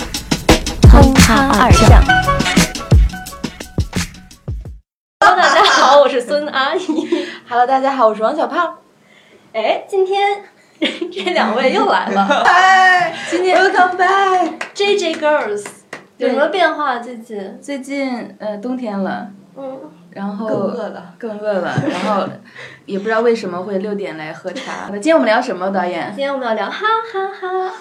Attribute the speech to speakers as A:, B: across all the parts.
A: 好，我是孙阿姨。
B: Hello，大家好，我是王小胖。
A: 哎，今天这两位又来 了
B: 嗨
A: 今天
B: 哎，Welcome back。
A: ，J J Girls 有什么变化？最近，
C: 最近呃冬天了，
A: 嗯，
C: 然后
B: 更饿了，
C: 更饿了， 然后也不知道为什么会六点来喝茶。今天我们聊什么？导演
A: 今？天我们要聊哈哈哈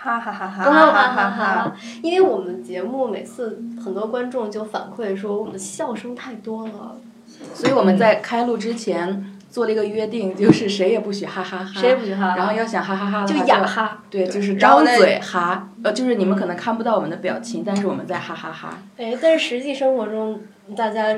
B: 哈哈哈哈！
C: 刚刚
A: 哈哈哈，因为我们节目每次很多观众就反馈说我们的笑声太多
B: 啊
A: 了，
C: 所以我们在开录之前做了一个约定，就是谁也不许哈哈哈，
A: 谁也不许哈哈
C: 然后要想哈哈哈的
A: 就
C: 话
A: 哑。哈。
C: 对，就是
B: 然后
C: 张
B: 呢
C: 嘴哈，呃，就是你们可能看不到我们的表情，但是我们在哈哈哈。
A: 哎，但是实际生活中，大家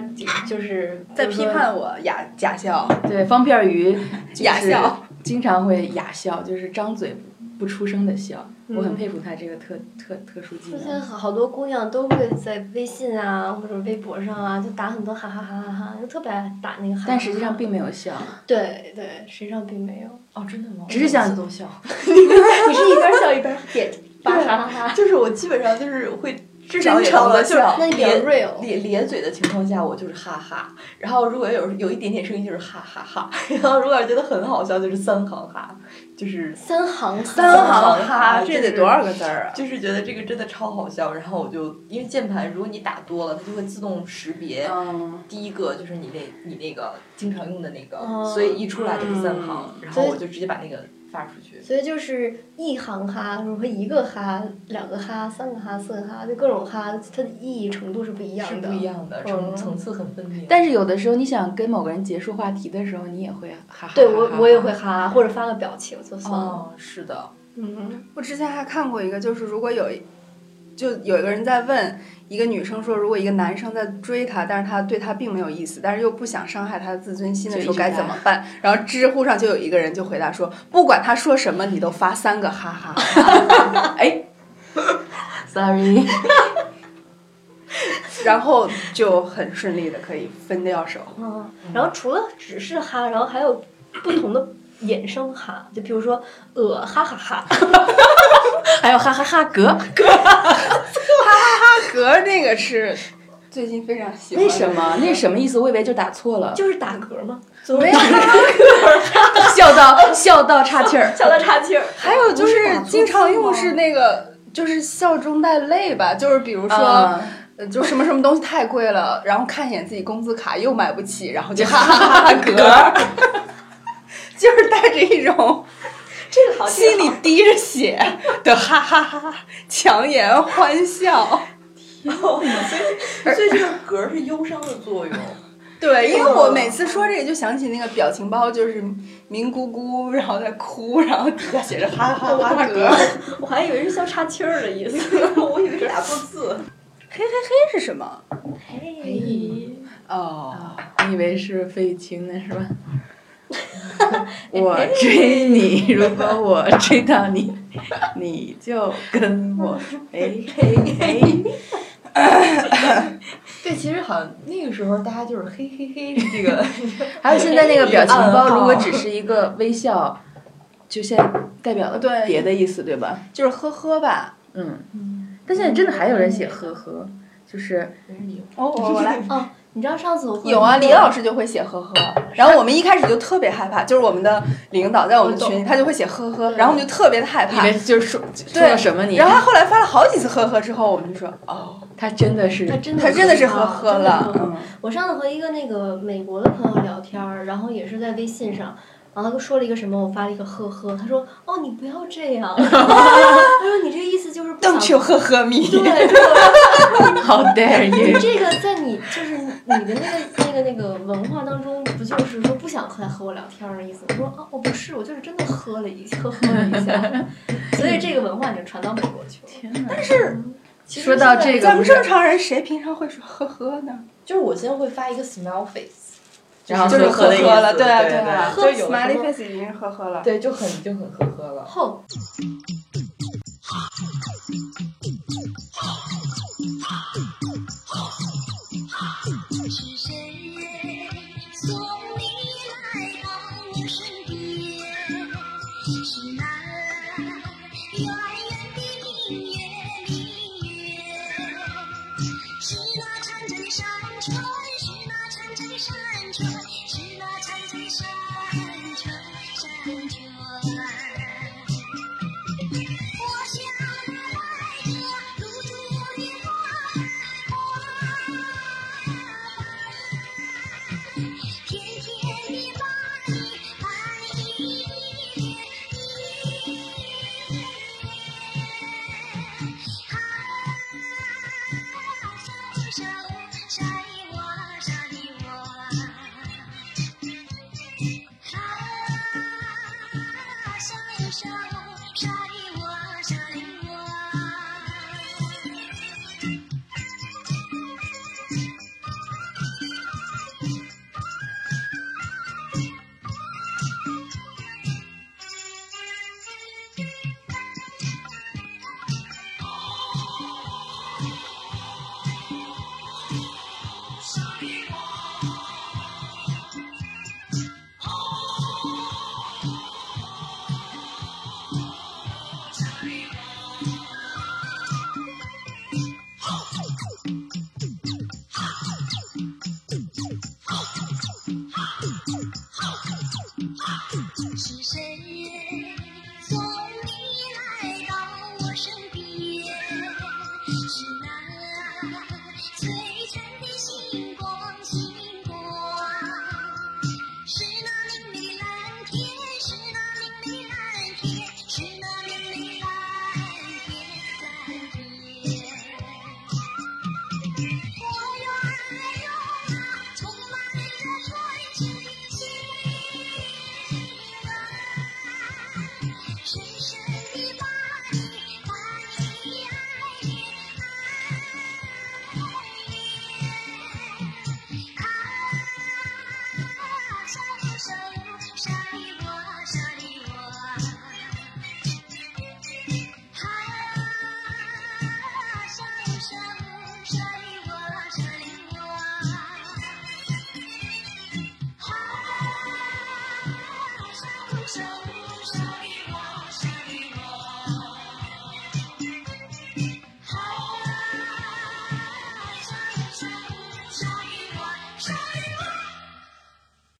A: 就是
B: 在
A: 比如
B: 批
A: 说
B: 判我哑假笑，
C: 对，方片鱼就是
B: 哑笑，
C: 经常会哑笑，就是张嘴不出声的笑。我很
A: 嗯
C: 佩服他这个特特特殊技
A: 就
C: 能。
A: 现在好好多姑娘都会在微信啊或者微博上啊，就打很多哈哈哈哈哈，就特别爱打那个哈哈哈。
C: 但实际上并没有笑，
A: 哦对对，实际上并没有，
B: 哦，真的吗？
C: 只是想
B: 我每次都笑，
A: 你是一边笑一边 点发哈哈哈。
B: 就是我基本上就是会至
C: 真
B: 少也
C: 诚
B: 能
C: 地
B: 就是
C: 笑
A: 那你比较
B: 咧
A: real
B: 咧咧嘴的情况下，我就是哈哈。然后如果有有一点点声音，就是哈哈哈。 然后如果觉得很好笑，就是三行哈，就是
A: 三行
B: 三行
C: 哈，
B: 哈
C: 这得多少个字儿啊？
B: 就是觉得这个真的超好笑。然后我就因为键盘，如果你打多了，它就会自动识别。
C: 嗯，
B: 第一个就是你那，你那个经常用的那个，
A: 哦
B: 所以一出来就是三行，然后
A: 所以
B: 我就直接把那个发出去。
A: 所以就是一行哈，或者说一个哈、两个哈、三个哈、四个哈，就各种哈，它的意义程度是不一
B: 是
A: 样的。
B: 不一样的，层
A: 嗯
B: 层次很分明。
C: 但是有的时候你想跟某个人结束话题的时候，你也会啊哈哈哈哈。
A: 对我我也会哈，或者发个表情就算了。
B: 哦，是的，
A: 嗯，
D: 我之前还看过一个，就是如果有，就有一个人在问一个女生说，如果一个男生在追她，但是她对他并没有意思，但是又不想伤害她的自尊心的时
C: 就
D: 候
C: 一直
D: 该怎么办？然后知乎上就有一个人就回答说，不管他说什么，你都发三个哈哈。
C: 哎，sorry，
D: 然后就很顺利的可以分掉手。
A: 嗯，然后除了只是哈，然后还有不同的衍生哈，就比如说呃哈哈哈，
C: 还有哈哈哈格，
D: 哈格那个是最近非常喜欢
C: 那
D: 的，
C: 什么那什么意思？我以为就打错 了，
A: 就是打嗝嘛，
D: 没有。
C: 笑到笑到岔气 儿。
A: 笑到岔气儿。
D: 还有就
B: 不是打
D: 是
B: 错
D: 经常
B: 字吗
D: 用是那个，就是笑中带泪吧，就是比如说。
C: 嗯
D: 呃，就什么什么东西太贵了，然后看一眼自己工资卡又买不起，然后就哈 哈哈哈嗝儿，就是带着一 种
A: 这个好
D: 心里滴着血的哈哈哈哈强颜欢笑。
B: 所以这个格是忧伤的作 用。
D: 对，因为我每次说这个就想起那个表情包，就是明咕咕，然后在哭，然后底下写着哈哈哈哈 嗝儿。
A: 我还以为是笑岔气儿的意思。
B: 我以为是俩错字。
D: 嘿嘿嘿是什么？哎
A: 哎嘿，
D: 哦，
C: 你以为是费玉清呢 是吧？我追你，如果我追到你，你就跟我嘿嘿嘿。
B: 对，其实好像那个时候大家就是嘿嘿嘿这 个
C: 还有现在那个表情包，如果只是一个微笑，就现在代表了
D: 对
C: 别的意思，对吧？
D: 就是呵呵吧。
C: 嗯。但现在真的还有人写呵呵，就是
D: 哦，我我来。
A: 哦，你知道上次我和
D: 有啊，
A: 一个
D: 李老师就会写呵呵，然后我们一开始就特别害怕，就是我们的领导在我们群里，他就会写呵呵，
A: 对
D: 然后我们就特别的害
C: 以
D: 怕
C: 为。就是说说
D: 对
C: 了什么你，
D: 然后他后来发了好几次呵呵之后，我们就说哦，
C: 他真的是
A: 他真的
D: 他真的是
A: 呵
D: 呵
A: 呵了
D: 呵了。
C: 嗯
A: 我上次和一个那个美国的朋友聊天儿，然后也是在微信上，然后他说了一个什么，我发了一个呵呵，他说哦你不要这样， 他说你这个意思就是不想
D: ，Don't you 呵呵 me？
A: 对对，
C: ，How
A: 对
C: dare you！
A: 哎这个在你就是你的那个那个那个文化当中，不就是说不想再和我聊天儿的意思？我说啊我不是，我就是真的喝了一喝喝了一下，所以这个文化已经传到美国去了。
C: 天哪！
B: 其实
C: 说
B: 现
C: 到
B: 在
C: 这个
D: 咱们正常人谁平常会说呵呵呢？
B: 就是我现在会发一个 smile face，
C: 然后
D: 就是
C: 呵
D: 呵
C: 的意思
D: 呵了，
B: 对
D: 啊
B: 对
D: 啊，
B: 对
D: 就
B: 就有
D: smiley
B: 时候
D: face 已经是呵呵了。
B: 对，就很就很呵呵了。
A: 后
E: 是谁送你来到我身边？是那远远的明月，明月。是那阵阵山川，是那阵阵山甜甜地把你爱一遍遍。啊，小手摘我摘我，啊，小手摘我摘我。是谁送你来到我身边？是那璀璨的星光，星光。是那明媚蓝天，是那明媚蓝天，是那明媚蓝天，蓝天。我愿用那充满了传奇性，深深地把你爱一爱，啊，山手山里我，山里我。啊，山山山里我，山里我。啊，山山山里我，山